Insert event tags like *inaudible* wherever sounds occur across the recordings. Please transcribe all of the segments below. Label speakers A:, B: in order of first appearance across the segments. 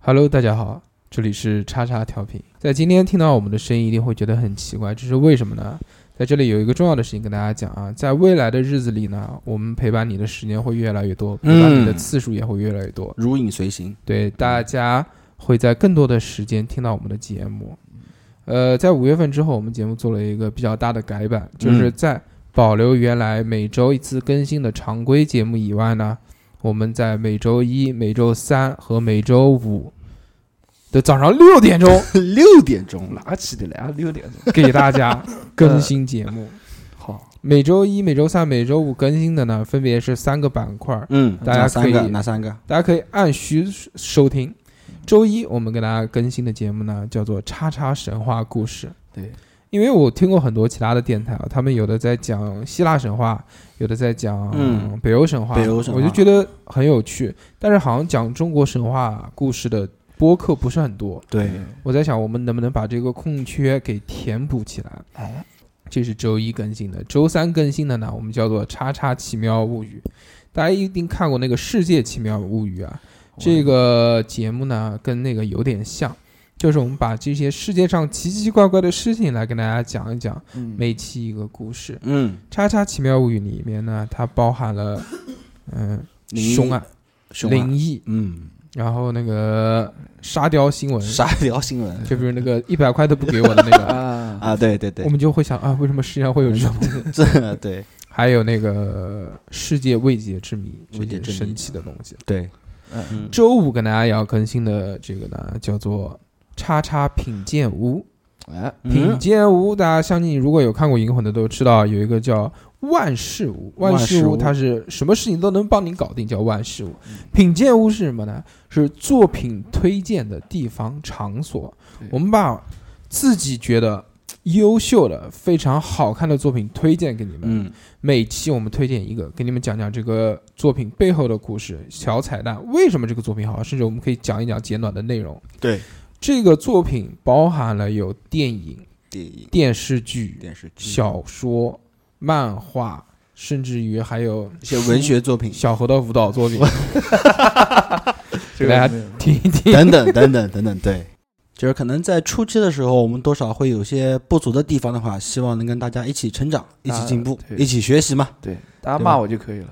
A: Hello，大家好，这里是叉叉调频。在今天听到我们的声音，一定会觉得很奇怪，这是为什么呢？在这里有一个重要的事情跟大家讲啊，在未来的日子里呢，我们陪伴你的时间会越来越多，陪伴你的
B: 嗯
A: 次数也会越来越多。
B: 如影随形。
A: 对，大家会在更多的时间听到我们的节目。呃，在五月份之后，我们节目做了一个比较大的改版，就是在保留原来每周一次更新的常规节目以外呢，我们在每周一、每周三和每周五的早上六点钟
B: *laughs* 六点钟了，
C: 哪起得来啊？六点钟，
A: 给大家更新节目。
C: 好，
A: 每周一、每周三、每周五更新的呢，分别是三个板块儿，
B: 嗯，
A: 大家
B: 哪三
A: 可
B: 个
A: 以
B: 哪三个？
A: 大家可以按需收听。周一我们给大家更新的节目呢，叫做《叉叉神话故事》。
C: 对，
A: 因为我听过很多其他的电台啊，他们有的在讲希腊神话，有的在讲
B: 嗯
A: 北欧神话，
B: 北欧神话
A: 我就觉得很有趣。但是好像讲中国神话故事的播客不是很多，
B: 对，
A: 我在想我们能不能把这个空缺给填补起来。
C: 哎，
A: 这是周一更新的，周三更新的呢，我们叫做《叉叉奇妙物语》，大家一定看过那个《世界奇妙物语》啊。这个节目呢，跟那个有点像，就是我们把这些世界上奇奇怪怪的事情来跟大家讲一讲，
C: 嗯
A: 每期一个故事。
B: 嗯，
A: 《叉叉奇妙物语》里面呢，它包含了嗯、
B: 灵异
A: 凶案、
B: 凶啊
A: 灵异，
B: 嗯，
A: 然后那个沙雕新闻，
B: 沙雕新 *laughs* 闻
A: 就比如那个一百块都不给我的那
B: *laughs*
A: 个，
C: 啊，
B: 啊，对对
A: 我
B: 对，
A: 们就会想啊，为什么世界上会有这种？
B: 这对
A: 还有那个世界未解之谜，
B: 未解之谜
A: 这些神奇的东西。
B: 对，
C: 嗯，
B: 嗯，
A: 周五跟大家要更新的这个呢，叫做“叉叉品鉴屋”。
C: 哎，
B: 嗯
A: 品鉴屋，大家相信如果有看过《银魂》的都知道，有一个叫万事屋。万事
B: 万事
A: 屋
B: 屋
A: 它是什么事情都能帮你搞定，叫万事屋。品鉴屋是什么呢？是作品推荐的地方场所
C: 对。
A: 我们把自己觉得优秀的、非常好看的作品推荐给你们。
B: 嗯
A: 每期我们推荐一个，给你们讲讲这个作品背后的故事、小彩蛋，为什么这个作品好，甚至我们可以讲一讲简短的内容。
B: 对，
A: 这个作品包含了有电影、
B: 电影、
A: 电视剧、
B: 电视剧、
A: 小说、漫画，甚至于还有
B: 一些文学作品
A: 小何的舞蹈作
B: *laughs*
A: 品，
C: 这
A: 来
C: 个没有
A: 听一听。
B: 等等等等等等，对。就是可能在初期的时候，我们多少会有些不足的地方的话，希望能跟大家一起成长、一起进步、
C: 对
B: 一起学习嘛。
C: 对，大家骂我就可以了，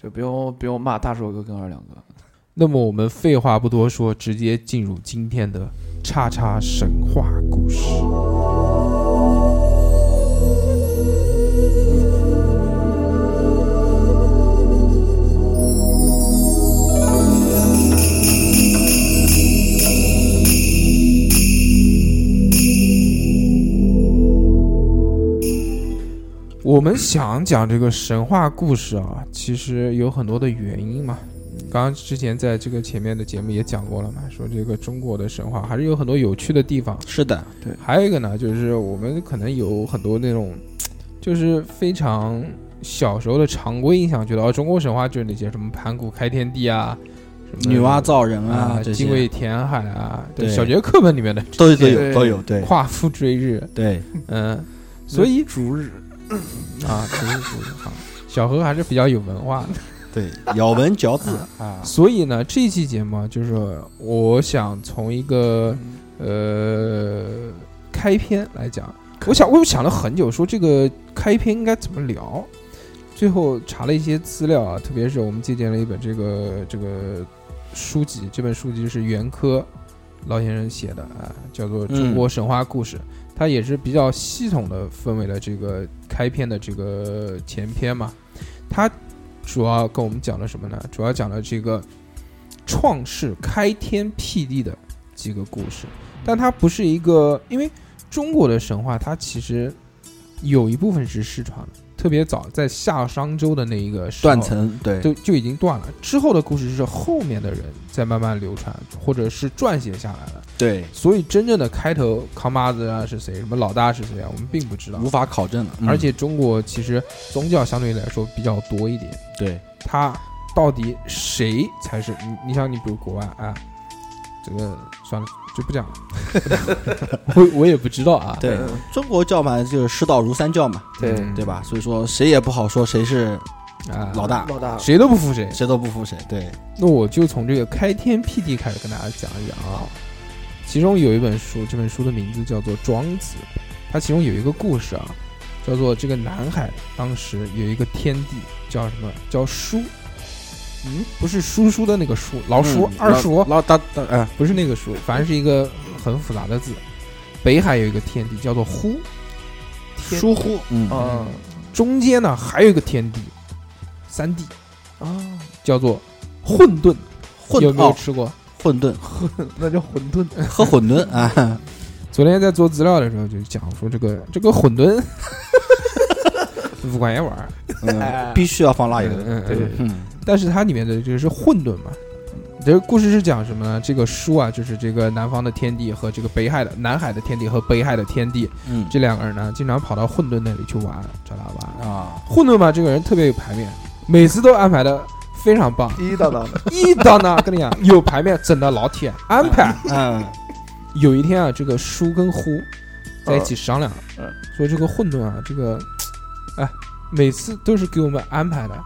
C: 就不用不用骂大硕哥跟二两哥。
A: 那么我们废话不多说，直接进入今天的叉叉神话故事。我们想讲这个神话故事啊，其实有很多的原因嘛。刚刚之前在这个前面的节目也讲过了嘛，说这个中国的神话还是有很多有趣的地方。
B: 是的，
A: 还有一个呢，就是我们可能有很多那种，就是非常小时候的常规印象，觉得哦，中国神话就是那些什么盘古开天地啊，什么
B: 女娲造人啊，
A: 啊，
B: 这
A: 精
B: 些
A: 卫填海啊，
B: 对
A: 小学课本里面的
B: 都都
C: 对
B: 有都有，对
A: 夸父追日，
B: 对，
A: 嗯，所以
C: 逐日，
A: 啊，不是不是好，小何还是比较有文化的。
B: 对，咬文嚼字
C: 嗯
B: 啊，
A: 所以呢，这一期节目啊就是说我想从一个呃开篇来讲，我想我想了很久，说这个开篇应该怎么聊。最后查了一些资料啊，特别是我们借鉴了一本这个这个书籍，这本书籍是袁科老先生写的啊，叫做《中国神话故事》，它也是比较系统的分为了这个开篇的这个前篇嘛。它主要跟我们讲了什么呢？主要讲了这个创世开天辟地的几个故事，但它不是一个，因为中国的神话它其实有一部分是失传的，特别早在夏商周的那一个时候
B: 断层，对，
A: 就就已经断了。之后的故事是后面的人在慢慢流传，或者是撰写下来的。
B: 对，
A: 所以真正的开头扛把子啊是谁，什么老大是谁啊，我们并不知道
B: 无。法考证了。嗯
A: 而且中国其实宗教相对来说比较多一点，
B: 对，
A: 它到底谁才是你？你像你比如国外啊，这个算了就不讲了，
B: *laughs*
A: 我我也不知道啊。
B: 对
C: 嗯
B: 中国教嘛，就是师道如三教嘛，
C: 对
A: 嗯
B: 对吧？所以说谁也不好说谁是
A: 啊，
B: 老大，
C: 老大，
A: 谁都不服谁。
B: 谁都不服谁。对，
A: 那我就从这个开天辟地开始跟大家讲一讲啊。其中有一本书，这本书的名字叫做《庄子》，它其中有一个故事啊，叫做这个南海当时有一个天帝叫什么？叫叔，嗯，不是叔叔的那个叔，老叔、
B: 嗯
A: 二叔，
B: 老大，大哎，
A: 不是那个叔，反正是一个很复杂的字。北海有一个天帝叫做呼，天
B: 疏忽，嗯
C: 嗯
A: 中间呢还有一个天帝，三帝
C: 啊，
A: 叫做混沌，
B: 混
A: 有没有
B: 哦
A: 吃过？
B: 混沌，
C: 那叫混沌。
B: 喝混沌啊，
A: 昨天在做资料的时候就讲说这个这个混沌， *laughs* 不管也玩儿，
B: 嗯必须要放辣油
A: 嗯。嗯
C: 对
A: 嗯
C: 哎对，
B: 嗯，
A: 但是它里面的这个是混沌嘛。这个故事是讲什么呢？这个书啊，就是这个南方的天帝和这个北海的南海的天帝和北海的天帝
B: 嗯
A: 这两个人呢，经常跑到混沌那里去玩，找他玩。
B: 啊，
A: 混沌吧，这个人特别有排面，每次都安排的非常棒
C: 第一档档
A: 一到呢，跟你讲有排面，整的老铁安排。
B: 嗯
A: 有一天啊，这个叔跟呼在一起商量，
C: 嗯
A: 说这个混沌啊，这个，哎，每次都是给我们安排的，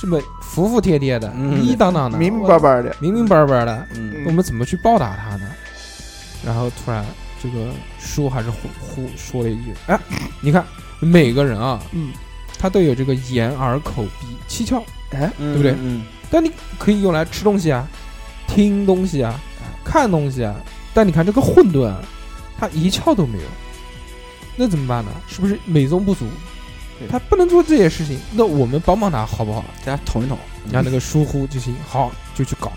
A: 这么服服帖帖的，
B: 嗯
A: 一当当的，
C: 明明白
A: 我
C: 白的，
A: 明明白白的，
B: 嗯
A: 我们怎么去报答他呢？然后突然，这个叔还是呼呼说了一句：“哎，你看每个人啊，
C: 嗯，
A: 他都有这个眼、耳、口、鼻七窍，
C: 哎，
B: 嗯，
A: 对不对
B: 嗯
A: 但你可以用来吃东西啊，听东西啊，看东西啊。但你看这个混沌啊，它一窍都没有，那怎么办呢？是不是美中不足
C: 对？
A: 他不能做这些事情，那我们帮帮他好不好？
B: 给他捅一捅，
A: 让那个疏忽就行，好就去
C: *laughs*
A: 搞。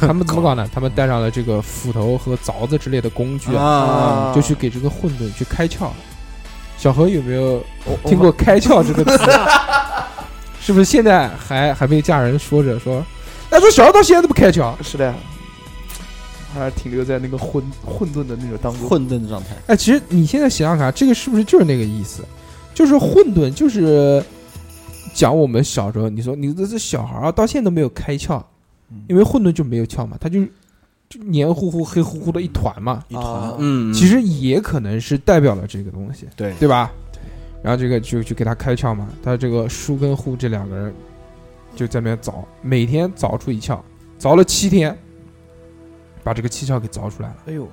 A: 他们怎么搞呢？他们带上了这个斧头和凿子之类的工具，啊，
B: 啊，
A: 就去给这个混沌去开窍。小何有没有
C: 我
A: 听过“开窍”这个
C: *laughs*
A: 词？是不是现在还还被家人说着说？那说小何到现在都不开窍。
C: 我是的，还是停留在那个混混沌的那种当中。
B: 混沌的状态。
A: 哎，其实你现在想想看，啊这个是不是就是那个意思？就是混沌，就是讲我们小时候，你说你这这小孩儿啊，到现在都没有开窍，
C: 嗯
A: 因为混沌就没有窍嘛，它就就黏糊糊、黑乎乎的一团嘛。
B: 一团
C: 啊
B: 嗯，
A: 其实也可能是代表了这个东西，
B: 对
A: 对吧？然后这个就就给他开窍嘛，他这个叔跟户这两个人就在那边凿，每天凿出一窍，凿了七天，把这个七窍给凿出来了，
C: 哎呦，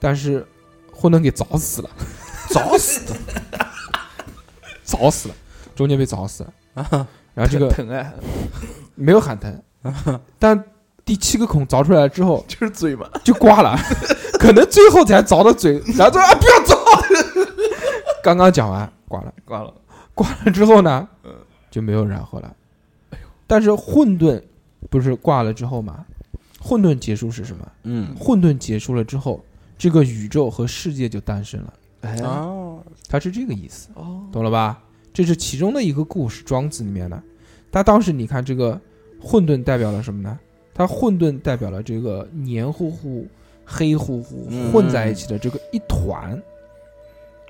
A: 但是混沌给凿死了，
B: 早死的
A: *laughs* 凿死了，中间被凿死了。
B: 啊，
A: 然后这个
C: *laughs* 疼啊疼哎，
A: 没有喊疼，但第七个孔凿出来之后
C: 就是嘴嘛，
A: 就挂了， *laughs* 可能最后才凿的嘴，然后说啊不要凿，刚刚讲完挂了。
C: 挂了。
A: 挂了之后呢
C: 嗯，
A: 就没有然后了。但是混沌不是挂了之后嘛？混沌结束是什么？
B: 嗯
A: 混沌结束了之后，这个宇宙和世界就诞生了，
C: 哎
B: 哦，
A: 它是这个意思，
C: 哦，
A: 懂了吧？这是其中的一个故事，《庄子》里面的。他当时你看这个混沌代表了什么呢？它混沌代表了这个黏糊糊、黑乎乎
B: 嗯
A: 混在一起的这个一团。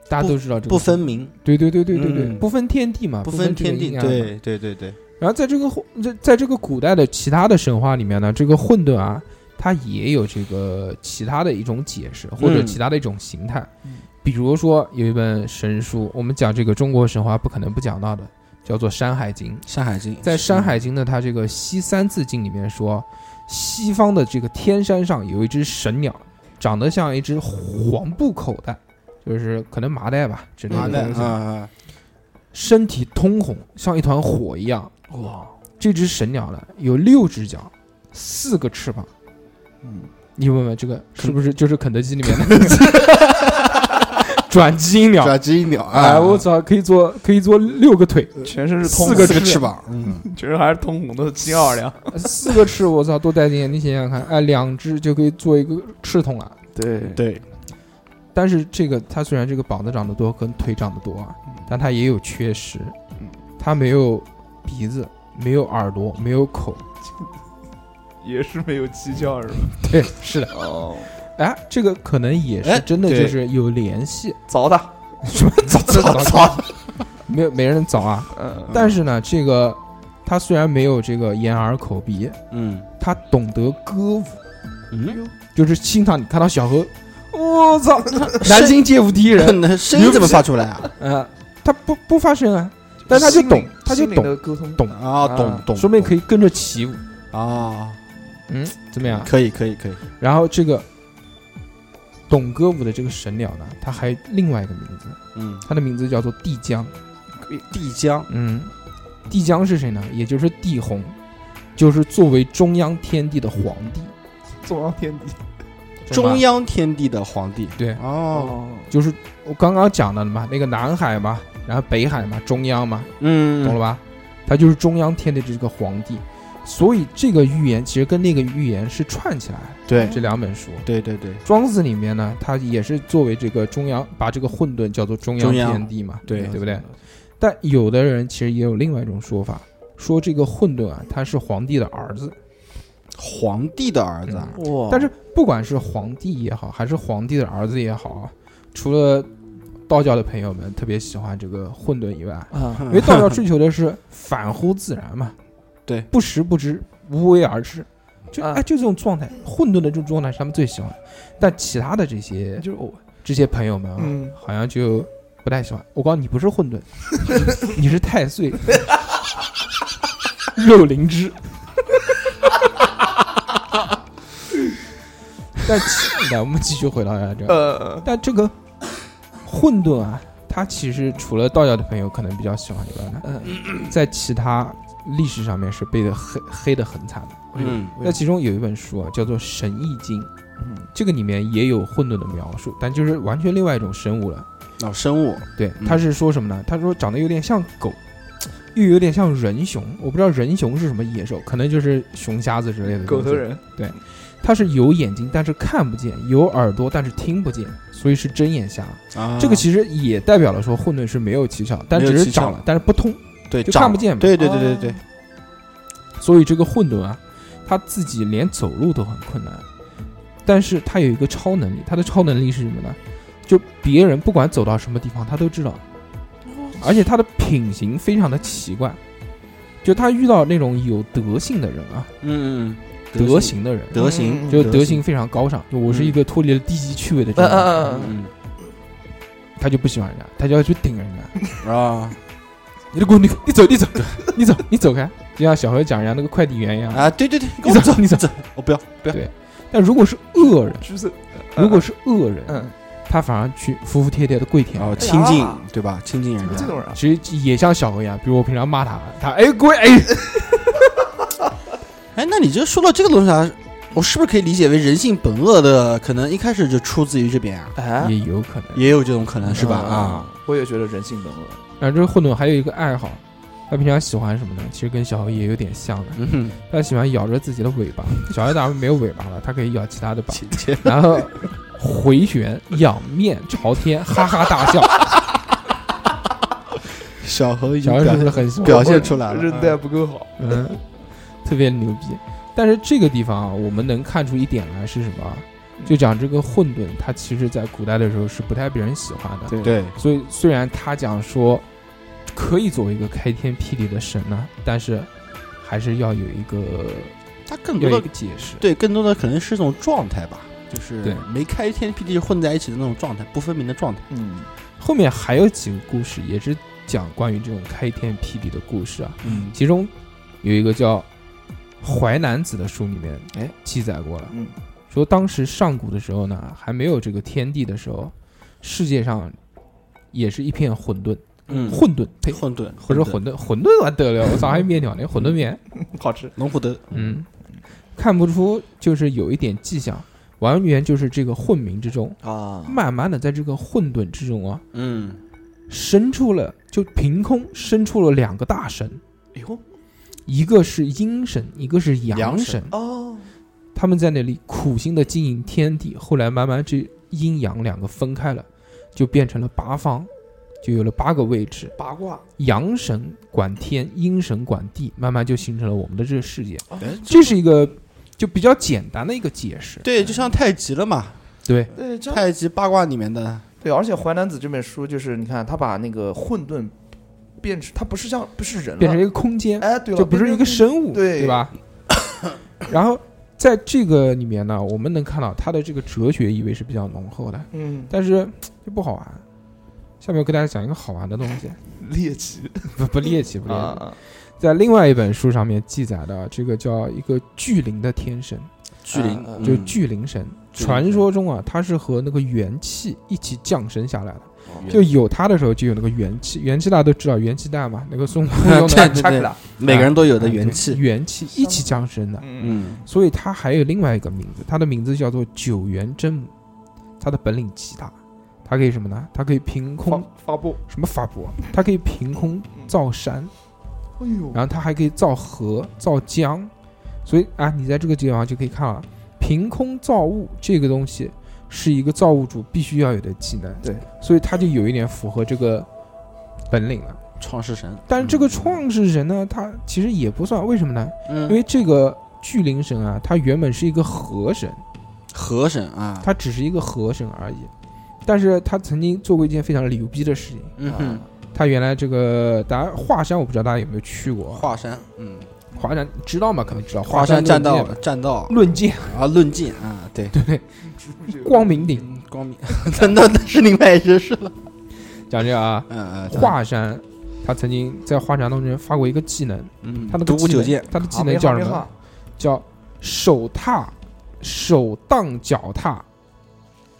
A: 大家都知道这个
B: 不分明，
A: 对对对对对对，
B: 嗯
A: 啊不分天地嘛，
B: 不
A: 分
B: 分
A: 这个
B: 天地，
A: 阴阳嘛
B: 对对对对，
A: 然后在这个混在在这个古代的其他的神话里面呢，这个混沌啊，它也有这个其他的一种解释或者
B: 嗯
A: 其他的一种形态。
C: 嗯
A: 比如说有一本神书，我们讲这个中国神话不可能不讲到的，叫做《山海经》。
B: 《山海经》
A: 在《山海经》的它这个《西三字经》里面说，西方的这个天山上有一只神鸟，长得像一只黄布口袋，就是可能麻袋吧之类
B: 麻
A: 的
B: 袋
A: 东西，
B: 嗯啊，
A: 身体通红，像一团火一样。
C: 哇，
A: 这只神鸟呢有六只脚，四个翅膀。
C: 嗯，
A: 你问问这个是不是就是肯德基里面的
B: 啊
A: 转基因鸟？
B: 转基因鸟
A: 哎，我操，可以做可以做六个腿，
C: 呃全身是
A: 四
B: 啊
C: 通
B: 四
A: 个
B: 个
A: 翅
B: 翅膀，嗯，
C: 全身还是通红的金二两。
A: 四个翅，我操，多带劲！你想想看，哎，两只就可以做一个翅筒了。
C: 对
B: 对，
A: 但是这个它虽然这个膀子长得多，跟腿长得多啊，但它也有缺失
C: 嗯，
A: 它没有鼻子，没有耳朵，没有口。
C: 也是没有七窍是吧？
A: 对，是的，
C: 哦，
A: 哎，这个可能也是
B: 哎
A: 真的，
B: 对
A: 就是有联系。 *laughs*
C: 凿他，
A: 什么早早
B: 早
C: *laughs*
A: 早，没有没人早啊。
C: 嗯，
A: 但是呢，这个他虽然没有这个眼耳口鼻，
B: 嗯
A: 他懂得歌舞，
B: 嗯，
A: 就是经常你看到小何，我
C: *laughs*
A: 操，南京街舞第一人， *laughs*
B: 声音怎么发出来啊？
A: 呃，他不不发声啊，但他就懂
C: 心灵，
A: 他就
C: 心灵
A: 懂，
C: 的沟通
A: 懂
B: 啊，懂
C: 啊
B: 懂，
A: 说不定可
B: 以
A: 以跟着起舞。
B: 啊，
A: 嗯，怎么样？
B: 可以可以可以，
A: 然后这个懂歌舞的这个神鸟呢，它还另外一个名字，
B: 嗯，
A: 它的名字叫做帝江。
B: 帝江
A: 嗯，帝江是谁呢？也就是帝鸿，就是作为中央天帝的皇帝。
C: 中央天地
B: 中
A: 央
B: 央天地的皇帝，
A: 对
B: 哦，
C: 哦，
A: 就是我刚刚讲的嘛，那个南海嘛，然后北海嘛，中央嘛，
B: 嗯，
A: 懂了吧？他就是中央天帝这个皇帝，所以这个预言其实跟那个预言是串起来的
B: 对
A: 这两本书。
B: 对对对
A: 庄子里面呢，他也是作为这个中央，把这个混沌叫做中央
B: 中央
A: 天地嘛，
B: 对
A: 对不对？但有的人其实也有另外一种说法，说这个混沌啊，他是皇帝的儿子。
B: 皇帝的儿子啊，
C: 哇，
A: 但是不管是皇帝也好，还是皇帝的儿子也好啊，除了道教的朋友们特别喜欢这个混沌以外，
C: 啊，
A: 因为道教追求的是反乎自然
C: *laughs*
A: 嘛，
B: 对
A: 不时不知，无为而治，就
C: 啊
A: 哎就这种状态，混沌的这种状态是他们最喜欢。但其他的这些
C: 就是我，
A: 这些朋友们啊，
C: 嗯
A: 好像就不太喜欢。我告诉你，不是混沌，你是太岁，肉灵芝。 *laughs* 但其来，我们继续回到这个。
C: 呃，
A: 但这个混沌啊，它其实除了道教的朋友可能比较喜欢以外呢，
C: 嗯
A: 在其他历史上面是被的黑黑的很惨的。
B: 嗯
A: 那其中有一本书啊，叫做《神异经》，
C: 嗯
A: 这个里面也有混沌的描述，但就是完全另外一种生物了。
B: 哦，生物
A: 对，
B: 嗯
A: 他是说什么呢？他说长得有点像狗，又有点像人熊。我不知道人熊是什么野兽，可能就是熊瞎子之类的。
C: 狗头。人，
A: 它是有眼睛，但是看不见；有耳朵，但是听不见，所以是睁眼瞎。
B: 啊，
A: 这个其实也代表了说混沌是没有蹊跷，但
B: 没有
A: 只是
B: 蹊跷
A: 长了，但是不通，
B: 对
A: 就
B: 长
A: 看不见嘛
B: 对对对对对，
A: 所以这个混沌啊，他自己连走路都很困难。但是他有一个超能力，他的超能力是什么呢？就别人不管走到什么地方，他都知道。而且他的品行非常的奇怪，就他遇到那种有德性的人啊，
B: 嗯嗯，嗯
A: 德行的人，啊
B: 德行
C: 嗯
A: 就
B: 德
A: 德
B: 行
A: 行非常高尚。就我是一个脱离了低级趣味的这
C: 嗯
A: 种人，
C: 嗯嗯
B: 嗯
A: 他就不喜欢人家，他就要去顶人家。
B: 嗯啊
A: 你给我滚，你你走，你走，你走，你走开。就像小何讲一样，那个快递员一样。
B: 啊，对对对，你
A: 你
B: 跟我
A: 走，你走。
B: 走，我不要不要，
A: 但如果是恶人
C: 嗯，，橘子，
A: 如果是恶人，
C: 嗯，
A: 他反而去服服帖帖的跪舔。
B: 哦，亲近
C: 啊
B: 对吧？亲近人
C: 这
B: 家
C: 种人啊，
A: 其实也像小何一样，比如我平常骂他，他哎跪哎，
B: 哎，那你就说到这个东西啊，我是不是可以理解为人性本恶的，可能一开始就出自于这边啊？
C: 哎，
A: 也有可能。
B: 也有这种可能是吧？
C: 嗯
B: 啊，，
C: 我也觉得人性本恶，
A: 然后这个混沌还有一个爱好，他平常喜欢什么呢？其实跟小何也有点像的，
B: 嗯哼，
A: 他喜欢咬着自己的尾巴。小何当然没有尾巴了，他可以咬其他的吧。
B: 切切
A: 然后回旋、仰面朝天，哈哈大 *laughs* 笑。
B: 小何已经
A: 小何
B: 表
A: 是不是
B: 现
A: 很喜欢？
B: 表现出来了，啊
C: 韧带不够好，
A: 嗯，特别牛逼。但是这个地方啊，我们能看出一点来是什么啊？就讲这个混沌，它其实在古代的时候是不太被人喜欢的。
C: 对，
B: 对，
A: 所以虽然他讲说可以作为一个开天辟地的神呢、但是还是要有一个
B: 他更
A: 要
B: 多
A: 嗯有一
B: 的
A: 个解释。
B: 对更多的可能是一种状态吧，就是
A: 对
B: 没开天辟地就混在一起的那种状态，不分明的状态。
C: 嗯
A: 后面还有几个故事也是讲关于这种开天辟地的故事啊，
C: 嗯
A: 其中有一个叫《淮南子》的书里面
C: 哎
A: 记载过了，
C: 嗯，
A: 说当时上古的时候呢，还没有这个天地的时候，世界上也是一片混沌，
B: 嗯
A: 混沌呸，
B: 混沌
A: 不是混沌，混沌还得了，我早还面条呢，混沌面。
C: 好吃，
B: 龙虎德，
A: 嗯，看不出就是有一点迹象，完全就是这个混迷之中，
C: 啊
A: 慢慢的在这个混沌之中啊，
B: 嗯，
A: 生出了就凭空生出了两个大神，
C: 哎呦，
A: 一个是阴神，一个是阳
B: 阳
A: 神
B: 神，
C: 哦，
A: 他们在那里苦心的经营天地，后来慢慢这阴阳两个分开了，就变成了八方，就有了八个位置，
C: 八卦，
A: 阳神管天，阴神管地，慢慢就形成了我们的这个世界，
C: 哦
B: 哎
A: 这是一个就比较简单的一个解释，
B: 对，就像太极了嘛，
A: 对。
C: 对，这
B: 太极八卦里面的，
C: 对，而且《淮南子》这本书就是你看，他把那个混沌变成，他不是像不是人了，
A: 变成一个空间，
C: 哎，对了，
A: 就不是一个
C: 神，
A: 生物，
B: *coughs*
C: 对
A: 吧？然后在这个里面呢，我们能看到它的这个哲学意味是比较浓厚的，
C: 嗯，
A: 但是就不好玩。下面我给大家讲一个好玩的东西， *laughs*
C: 猎奇
A: 不不猎奇不猎奇。
C: 啊，
A: 在另外一本书上面记载的，这个叫一个巨灵的天神，
B: 巨灵嗯
C: 啊啊
A: 就巨灵神。
B: 巨灵神
A: 传说中啊，它是和那个元气一起降生下来的。
B: 元
A: 就有它的时候，就有那个元气。元气大家都知道，元气弹嘛，那个孙悟
B: *laughs*
A: 空用
B: 对
A: 的
B: 对
A: 掐
B: 对
A: 了，
B: 每个人都有的
A: 对
B: 元气，
A: 元气一起降生的。
C: 嗯，
B: 嗯，
A: 所以它还有另外一个名字，它的名字叫做九元真母。它的本领极大，它可以什么呢？它可以凭
C: 发
A: 空
C: 发布，
A: 什么法宝啊？它可以凭空造山，
C: 哎呦，
A: 然后它还可以造河、造江，所以啊，你在这个地方就可以看啊，凭空造物这个东西是一个造物主必须要有的技能，
C: 对，
A: 所以它就有一点符合这个本领了。
B: 创世神。
A: 但是这个创世神呢，它其实也不算，为什么呢？
B: 嗯，
A: 因为这个巨灵神啊，它原本是一个河神，
B: 河神啊，
A: 它只是一个河神而已，但是它曾经做过一件非常牛逼的事情。
B: 嗯哼，
A: 它原来这个，大家华山我不知道大家有没有去过啊，
B: 华山，嗯，
A: 华山知道吗？可能知道，
B: 华
A: 山
B: 山栈道
A: 论剑，
B: 栈道
A: 论剑
B: 啊，论剑啊，对，
A: 光明顶。
B: 嗯光明， *laughs* 那那那是另外一件事了。
A: 讲这个啊，
B: 嗯嗯，
A: 华山，他曾经在华山当中发过一个技能，
B: 嗯，
A: 他的
B: 独孤九剑，，
A: 他的技能叫什么？叫手踏手荡脚踏，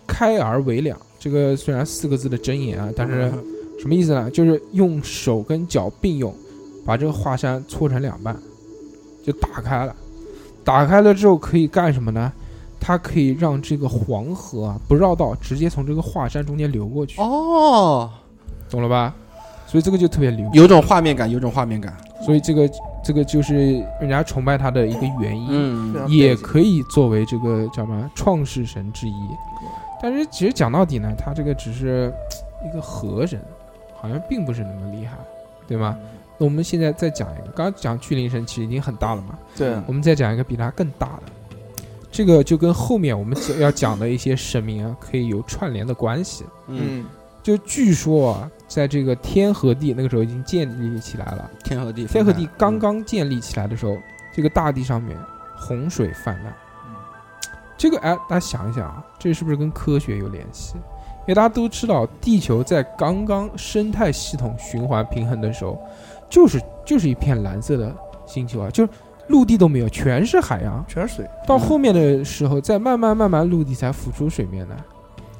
A: 开而为两。这个虽然四个字的箴言啊，但是什么意思呢？就是用手跟脚并用，把这个华山搓成两半，就打开了。打开了之后可以干什么呢？它可以让这个黄河啊不绕道，直接从这个华山中间流过去，
B: 哦，
A: 懂了吧？所以这个就特别牛，
B: 有种画面感，有种画面感。
A: 所以这个这个就是人家崇拜它的一个原因。
B: 嗯
C: 嗯
A: 也可以作为这个叫什么创世神之一。但是其实讲到底呢，他这个只是嘖一个河神，好像并不是那么厉害，对吗？那我们现在再讲一个，刚刚讲巨灵神其实已经很大了嘛，
C: 对啊，
A: 我们再讲一个比它更大的，这个就跟后面我们讲要讲的一些神明啊，可以有串联的关系。
B: 嗯，
C: 嗯，
A: 就据说啊，在这个天和地那个时候已经建立起来了，
B: 天和地，嗯
A: 天和地刚刚建立起来的时候，这个大地上面洪水泛滥
C: 嗯。
A: 这个哎，大家想一想啊，这是不是跟科学有联系？因为大家都知道，地球在刚刚生态系统循环平衡的时候，就是就是一片蓝色的星球啊，就是陆地都没有，全是海啊洋。
C: 全是水，
A: 到
B: 嗯
A: 后面的时候，再慢慢慢慢陆地才浮出水面来。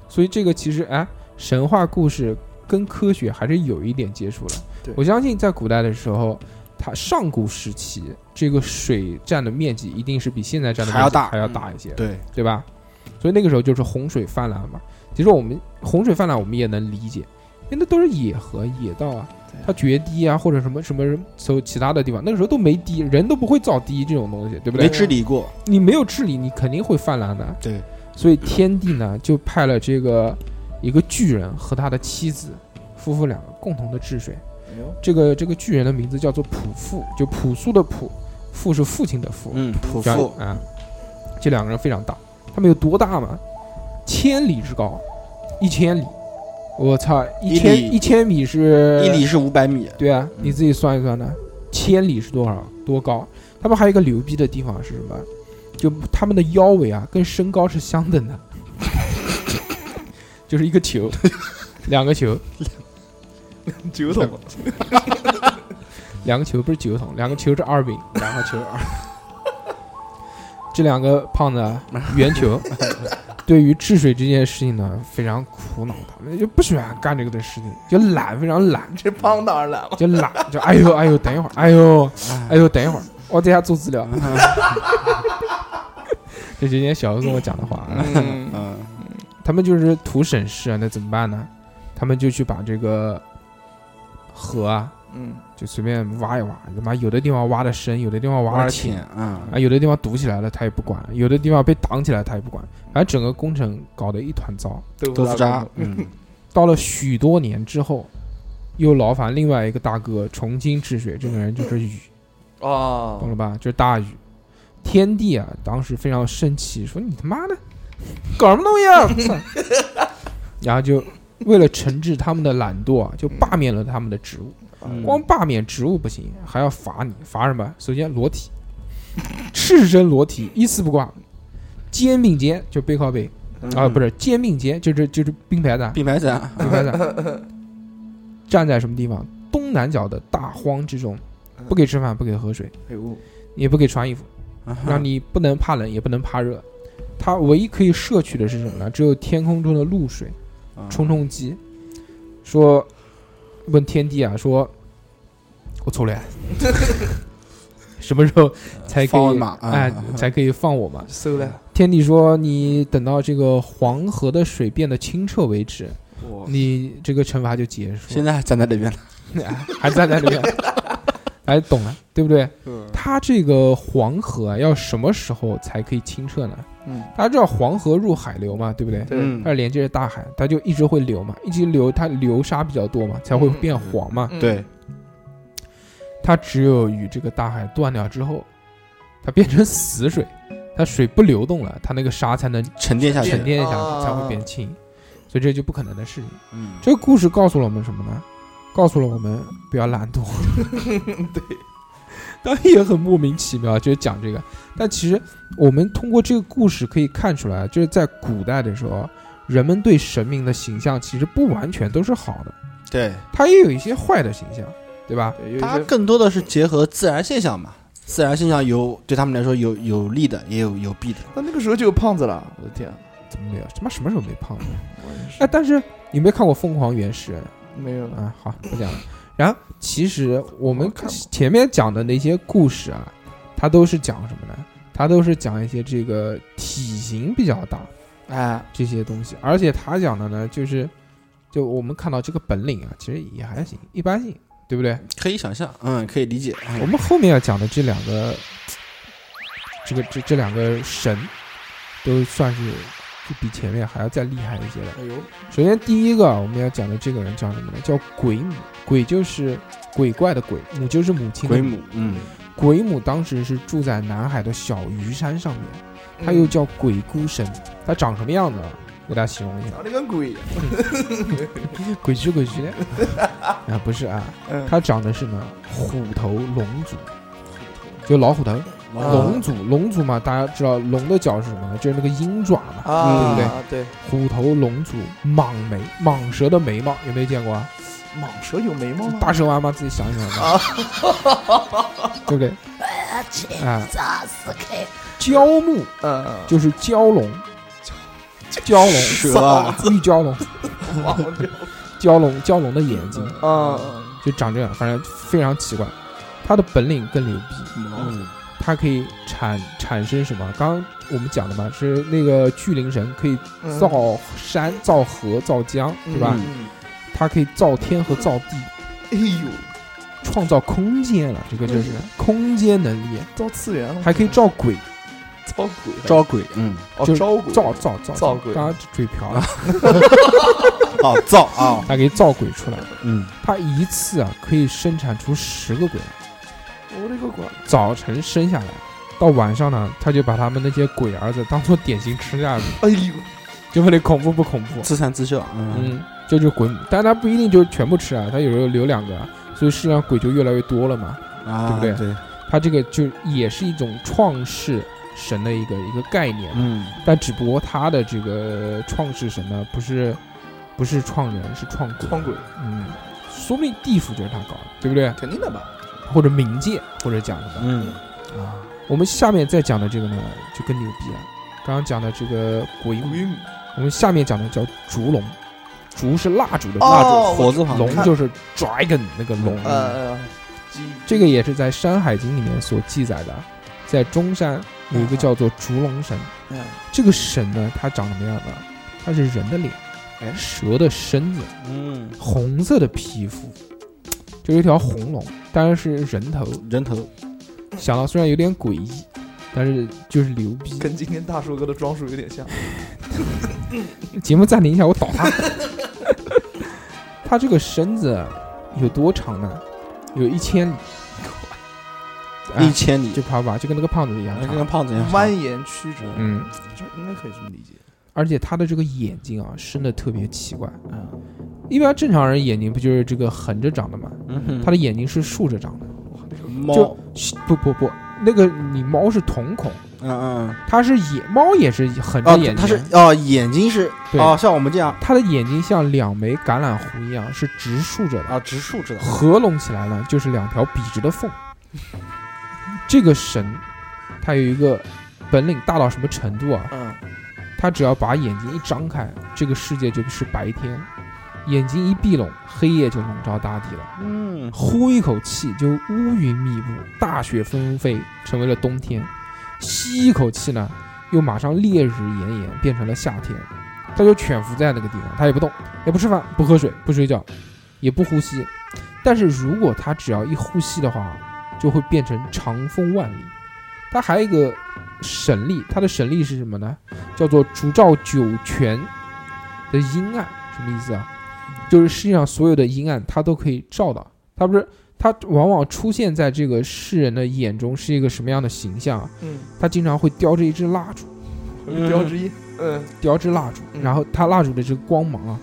A: 所以这个其实哎，神话故事跟科学还是有一点接触了
C: 对。
A: 我相信在古代的时候，它上古时期这个水占的面积一定是比现在占的
B: 还
A: 面积
B: 要大嗯
A: 还要大一些，
B: 对，
A: 对吧？所以那个时候就是洪水泛滥嘛。其实我们洪水泛滥，我们也能理解，因为那都是野河野道啊
C: 对，
A: 它决堤啊，或者什么什么所其他的地方，那个时候都没堤，人都不会造堤这种东西，对不对
B: 没？治理过，
A: 你没有治理，你肯定会泛滥的。
B: 对，
A: 所以天帝呢就派了这个一个巨人和他的妻子夫妇两个共同的治水。
C: 哎呦，
A: 这个这个巨人的名字叫做朴父，就朴素的朴，父是父亲的父。
B: 嗯，匍
A: 这样
B: 匐，
A: 啊，这两个人非常大，他们有多大嘛？千里之高，一千里，我操，一
B: 一
A: 千
B: 里
A: 一千米是
B: 一里是五百米，
A: 对啊，
B: 嗯
A: 你自己算一算呢，千里是多少多高？他们还有一个牛逼的地方是什么？就他们的腰围啊，跟身高是相等的， *laughs* 就是一个球，两个球，
C: *laughs* 酒桶， *laughs*
A: 两个球不是酒桶，两个球是二饼，两个球二。这两个胖子啊圆球， *laughs* 对于治水这件事情呢，非常苦恼，他们就不喜欢干这个的事情，就懒，非常懒，
C: 这帮当然来了，
A: *laughs* 就懒，就哎呦哎呦，等一会儿，哎呦。哎
B: 哎，
A: 呦，等一会儿，我在家做资料。 *laughs* 这是今天小欧跟我讲的话啊，
C: 嗯
B: 嗯，
A: 他们就是图省事啊，那怎么办呢？他们就去把这个河啊，
C: 嗯，
A: 就随便挖一挖，他妈有的地方挖的深，有的地方挖
B: 挖
A: 的
B: 浅
A: 浅
B: 啊，
A: 啊，有的地方堵起来了他也不管，有的地方被挡起来他也不管，反正整个工程搞得一团糟。
B: 豆腐渣
C: 工，
B: 嗯，
A: 到了许多年之后，又劳烦另外一个大哥重新治水，这个人就是禹。
C: 哦
A: 懂，了吧？就是大禹，天帝啊，当时非常生气，说你他妈的 *laughs* 搞什么东西啊！ *laughs* 操然后就为了惩治他们的懒惰啊，就罢免了他们的职务。
B: 嗯
A: 光罢免职务不行，还要罚你，罚什么？首先裸体， *laughs* 赤身裸体，一丝不挂，肩并肩就背靠背啊，不
B: 是
A: 是肩啊
B: *laughs*
A: 并肩，就是就是并排站，
B: 并排伞，
A: 啊并排站，站在什么地方？东东南角的大荒之中，不给吃饭，不给喝水，
C: 哎呦，
A: 也不给穿衣服，
B: 啊哈
A: 让你不能怕冷，也不能怕热。它唯一可以摄取的是什么呢？只有天空中的露水。
B: 啊
A: 冲冲机，说问天帝啊，说我错了 *laughs* 呀，什么时候才可
B: 放我
A: 以
B: 马啊
A: 哎才可以放我嘛？
C: 收了，
A: 天帝说你等到这个黄河的水变得清澈为止，
C: 我
A: 你这个惩罚就结束。
B: 现在还站在那边了，
A: 还站在那边，
B: *laughs*
A: 哎，懂了，对不对？它这个黄河啊，要什么时候才可以清澈呢？
C: 嗯，
A: 大家知道黄河入海流嘛，对不对？
C: 对，
A: 它是连接着大海，它就一直会流嘛，一直流，它流沙比较多嘛，才会变黄嘛。
C: 嗯，
B: 对，
A: 它只有与这个大海断掉之后，它变成死水，它水不流动了，它那个沙才能
B: 沉淀下去
A: 沉，淀一下，
C: 啊
A: 才会变轻。所以这就不可能的事情。
B: 嗯，
A: 这个故事告诉了我们什么呢？告诉了我们不要懒惰。对，当然也很莫名其妙，就是讲这个。但其实我们通过这个故事可以看出来，就是在古代的时候，人们对神明的形象其实不完全都是好的，
B: 对，
A: 它也有一些坏的形象，对吧？
C: 对，有一
B: 它
C: 些
B: 更多的是结合自然现象嘛，自然现象有对他们来说有有利的，也有有弊的。
C: 那那个时候就有胖子了，我的天，
A: 怎么没有？他妈什么时候没胖过？
C: 我也是
A: 哎，但是你没看过《疯狂原始人
C: 没有》了，
A: 啊？好，不讲了。然后其实我们
C: 我看过
A: 前面讲的那些故事啊，它都是讲什么呢？它都是讲一些这个体型比较大
C: 哎，
A: 这些东西，而且他讲的呢，就是就我们看到这个本领啊，其实也还行，一般性，对不对？
B: 可以想象，嗯，可以理解。
A: 我们后面要讲的这两个，这个这这两个神，都算是就比前面还要再厉害一些的。
C: 哎呦，
A: 首先第一个啊我们要讲的这个人叫什么呢？叫鬼母，鬼就是鬼怪的鬼，母就是母亲的
B: 鬼。母，嗯，
A: 鬼母当时是住在南海的小鱼山上面，它
C: 嗯
A: 又叫鬼姑神。它长什么样子啊？给大家形容一下，
C: 长得跟鬼一样，
A: 鬼区鬼区的 *laughs* 啊，不是啊，
C: 嗯，
A: 它长的是呢虎头龙祖，就老虎头，
C: 啊
A: 嗯龙祖龙祖嘛，大家知道龙的角是什么呢？就是那个鹰爪嘛，
C: 啊，
A: 对
C: 对？
A: 虎头龙祖，蟒眉，蟒蛇的眉毛有没有见过啊？
C: 蟒蛇有眉毛吗？
A: 大蛇丸吗？自己想一想吧，对不对？啊，
D: 炸死开！
A: 蛟目
C: 嗯，
A: 就是蛟龙，蛟龙
B: 蛇啊，
A: 玉蛟龙，
C: 嗯忘了
A: 蛟龙蛟龙的眼睛
C: 啊，
A: 就长这样，反正非常奇怪。它的本领更牛逼，
B: 嗯，
A: 它可以产产生什么？刚刚我们讲的嘛，是那个巨灵神可以
C: 嗯
A: 造山、造河、造江，对吧？
B: 嗯
C: 嗯
A: 它可以造天和造地，
C: 哎呦，
A: 创造空间了，这个就是空间能力，
C: 造次元了，
A: 还可以造鬼，
C: 造啊鬼了，
B: 招鬼，嗯，
C: 哦
A: 就
C: 招鬼，
A: 造造造
C: 造鬼
A: 刚刚嘴瓢了，
B: 哦，造
A: *laughs*
B: 啊，
A: 它可以造鬼出来。
B: 嗯，
A: 它一次啊可以生产出十个鬼来，
C: 我哦勒个乖，
A: 早晨生下来，到晚上呢，他就把他们那些鬼儿子当做点心吃下去，
C: 哎呦，
A: 就问你恐怖不恐怖？
B: 自产自销，嗯，
A: 嗯，这就是鬼母，但他不一定就全部吃啊，他有时候留两个啊，所以世界上鬼就越来越多了嘛。
B: 啊，
A: 嗯对不
B: 对？
A: 它这个就也是一种创世神的一个一个概念，
B: 嗯，
A: 但只不过它的这个创世神呢，不是不是创人，是创鬼，
C: 撞鬼，
A: 嗯，说不定地府就是他搞的，对不对？
C: 肯定的吧？
A: 或者冥界，或者讲什么
B: 嗯，
A: 啊？我们下面再讲的这个呢，就更牛逼了。刚刚讲的这个鬼母，
C: 鬼母，
A: 我们下面讲的叫烛龙，烛是蜡烛的蜡烛，
C: 哦，
B: 火字旁，
A: 龙就是 dragon 那个龙。
C: 我呃，鸡
A: 这个也是在《山海经》里面所记载的，在中山有一个叫做烛龙神，
C: 嗯
A: 这个神呢，它长什么样呢？它是人的脸，
B: 哎
A: 蛇的身子，
B: 嗯，
A: 红色的皮肤，就有一条红龙，当然是人头。
B: 人头，
A: 想到虽然有点诡异，但是就是牛逼。
C: 跟今天大叔哥的装束有点像，
A: 节目暂停一下，我倒他。 *laughs* 他这个身子有多长呢？有一千里。哎
B: 一千里
A: 就，啊啪啪，就跟那个胖子一样
B: 那
A: 长
B: 跟。胖子一样长，
C: 蜿蜒曲折，
A: 嗯，
C: 这应该可以这么理解。
A: 而且他的这个眼睛啊，生的特别奇怪。
C: 嗯，
A: 一般正常人眼睛不就是这个横着长的吗？
B: 嗯哼，
A: 他的眼睛是竖着长的，
B: 猫
A: 就不不不，那个你猫是瞳孔，
B: 嗯嗯，
A: 它是眼猫也是横着
B: 哦
A: 眼睛，，
B: 它是哦，眼睛是
A: 对
B: 哦，像我们这样
A: 它的眼睛像两枚橄榄核一样是直竖着的，
B: 啊，直竖着的，
A: 合拢起来呢就是两条笔直的
B: *laughs*
A: 缝。这个神，他有一个本领大到什么程度啊？
C: 嗯，
A: 他只要把眼睛一张开，这个世界就是白天；眼睛一闭拢，黑夜就笼罩大地了。
B: 嗯，
A: 呼一口气就乌云密布，大雪纷飞，成为了冬天；吸一口气呢，又马上烈日炎炎，变成了夏天。他就蜷伏在那个地方，他也不动，也不吃饭，不喝水，不睡觉，也不呼吸。但是如果他只要一呼吸的话，就会变成长风万里。他还有一个神力，他的神力是什么呢？叫做烛照九泉的阴暗，什么意思啊？就是世界上所有的阴暗，他都可以照到。他不是他往往出现在这个世人的眼中是一个什么样的形象啊？
C: 嗯，
A: 他经常会叼着一支蜡烛，
B: 嗯
C: 标之一，嗯，
A: 叼支蜡烛，
C: 嗯
A: 然后他蜡烛的这个光芒啊，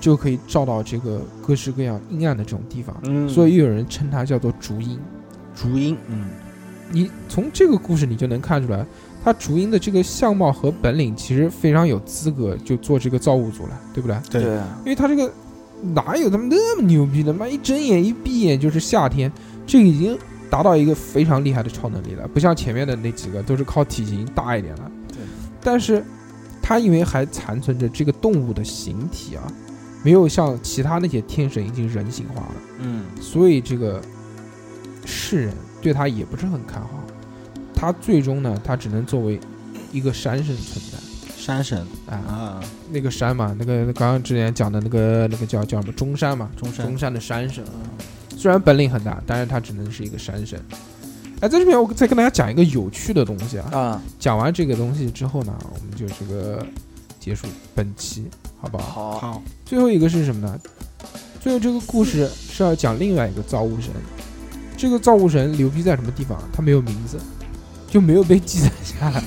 A: 就可以照到这个各式各样阴暗的这种地方，
B: 嗯，
A: 所以又有人称它叫做烛阴。
B: 竹音，嗯
A: 你从这个故事你就能看出来，他烛阴的这个相貌和本领其实非常有资格就做这个造物主了，对不对？
B: 对
C: 对啊，
A: 因为他这个哪有他妈那么牛逼的？妈一睁眼一闭眼就是夏天，这个已经达到一个非常厉害的超能力了，不像前面的那几个都是靠体型大一点的。
C: 对，
A: 但是他因为还残存着这个动物的形体啊，没有像其他那些天神已经人性化了，
B: 嗯
A: 所以这个世人对他也不是很看好。他最终呢，他只能作为一个山神存在
B: 山神
A: 啊。
B: 啊，
A: 那个山嘛，那个刚刚之前讲的那个那个叫叫什么中山嘛，
B: 中山
A: 中山的山神啊，虽然本领很大，但是他只能是一个山神。哎，在这边我再跟大家讲一个有趣的东西啊，
C: 啊，
A: 讲完这个东西之后呢，我们就这个结束本期，好不好？
C: 好，
B: 好，
A: 最后一个是什么呢？最后这个故事是要讲另外一个造物神，这个造物神牛逼在什么地方啊？他没有名字，就没有被记载下来，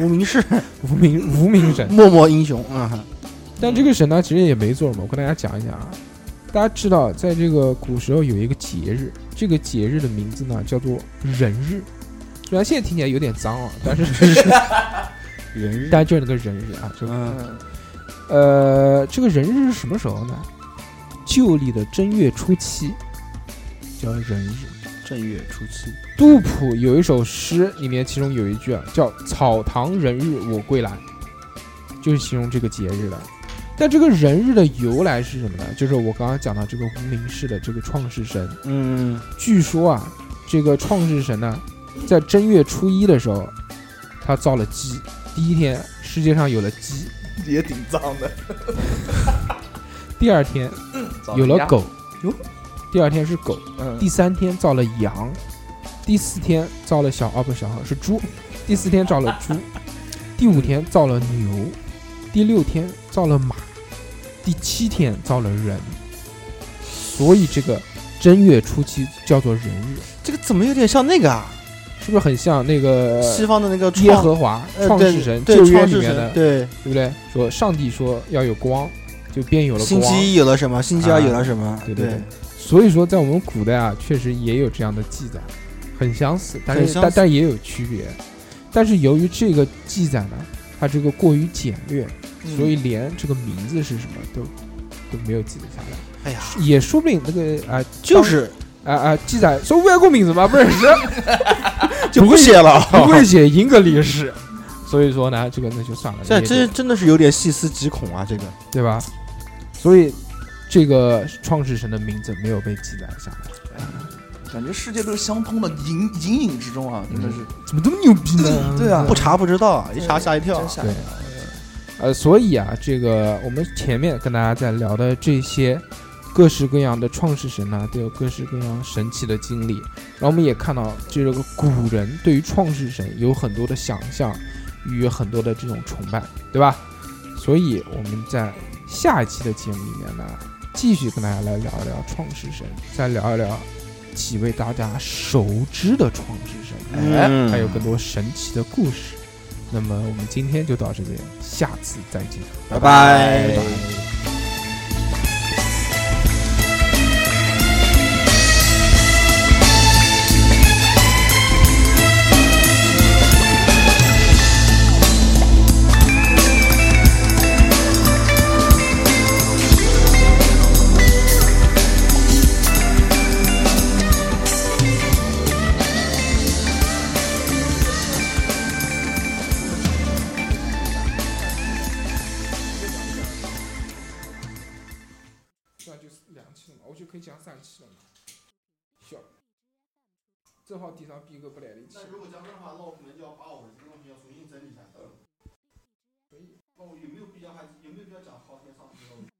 B: 无名氏，
A: 无名无名神。
B: 默默英雄，嗯
A: 但这个神呢，其实也没做什么。我跟大家讲一讲啊，大家知道，在这个古时候有一个节日，这个节日的名字呢叫做人日。虽然现在听起来有点脏啊，
B: *laughs*
A: 但是
B: 人日
A: 但就是那个人日啊，这个
B: 嗯
C: 嗯，
A: 呃，这个人日是什么时候呢？旧历的正月初七叫人日。
B: 正月初七，
A: 杜甫有一首诗，里面其中有一句啊，叫“草堂人日我归来”，就是形容这个节日的。但这个人日的由来是什么呢？就是我刚刚讲到这个无名氏的这个创世神，
B: 嗯
A: 据说啊，这个创世神呢，在正月初一的时候，他造了鸡。第一天，世界上有了鸡；
C: *laughs* 也挺脏的，
A: 第二
C: *laughs*
A: 天
C: 早
A: 有
C: 一
A: 了
C: 样，
A: 狗，第二天是狗；
C: 嗯，
A: 第三天造了羊，第四天造了小哦不是小是猪，第四天造了猪，第五天造了牛，第六天造了马，第七天造了人，所以这个正月初七叫做人日，
B: 这个怎么有点像那个啊？
A: 是不是很像那个
B: 西方的那个
A: 哦耶
B: 创
A: 和华
B: 呃
A: 创
B: 对
A: 世神
B: 对
A: 旧约
B: 创
A: 里
B: 世
A: 面
B: 神
A: 的，对
B: 对，
A: 不对？说上帝说要有光，就便有了
B: 星
A: 光。啊
B: 期一有了什么？星期二有了什么？
A: 对对对所以说，在我们古代啊，确实也有这样的记载，很相似，但
B: 很
A: 是
B: 相
A: 但
B: 似
A: 但也有区别。但是由于这个记载呢，它这个过于简略，
C: 嗯
A: 所以连这个名字是什么都都没有记载下来，
B: 哎呀，
A: 也说不定那个啊
B: 就是
A: 啊啊记载说外国名字嘛，不认识，
B: 就不写了。
A: *laughs*
B: *laughs*
A: 不会写英格里史， *laughs* 所以说呢，这个那就算了，
B: 这
A: 也就
B: 这真的是有点细思极恐啊！这个
A: 对吧？所以这个创世神的名字没有被记载下来，
C: 感觉世界都是相通的，隐隐隐之中啊，真的是
A: 怎么这么牛逼呢？
C: 对啊
B: 不查不知道啊，一查吓一跳啊
C: 真。吓
A: 对
C: 人啊。
A: 呃，所以啊，这个我们前面跟大家在聊的这些各式各样的创世神呢、都有各式各样神奇的经历。然后我们也看到，这个古人对于创世神有很多的想象与很多的这种崇拜，对吧？所以我们在下一期的节目里面呢，继续跟大家来聊一聊创世神，再聊一聊几位大家熟知的创世神。
C: 哎
B: 嗯
A: 还有更多神奇的故事。那么我们今天就到这边，下次再见。
B: 拜拜
C: 拜拜
A: 可以讲散气了嘛。笑，正好地上逼个不来的气，
D: 那如果这样的话，那我们要把我的这个东西要重新整理一下。
A: 可以。
D: 那我有没有必要还有没有必要讲昊天上帝的？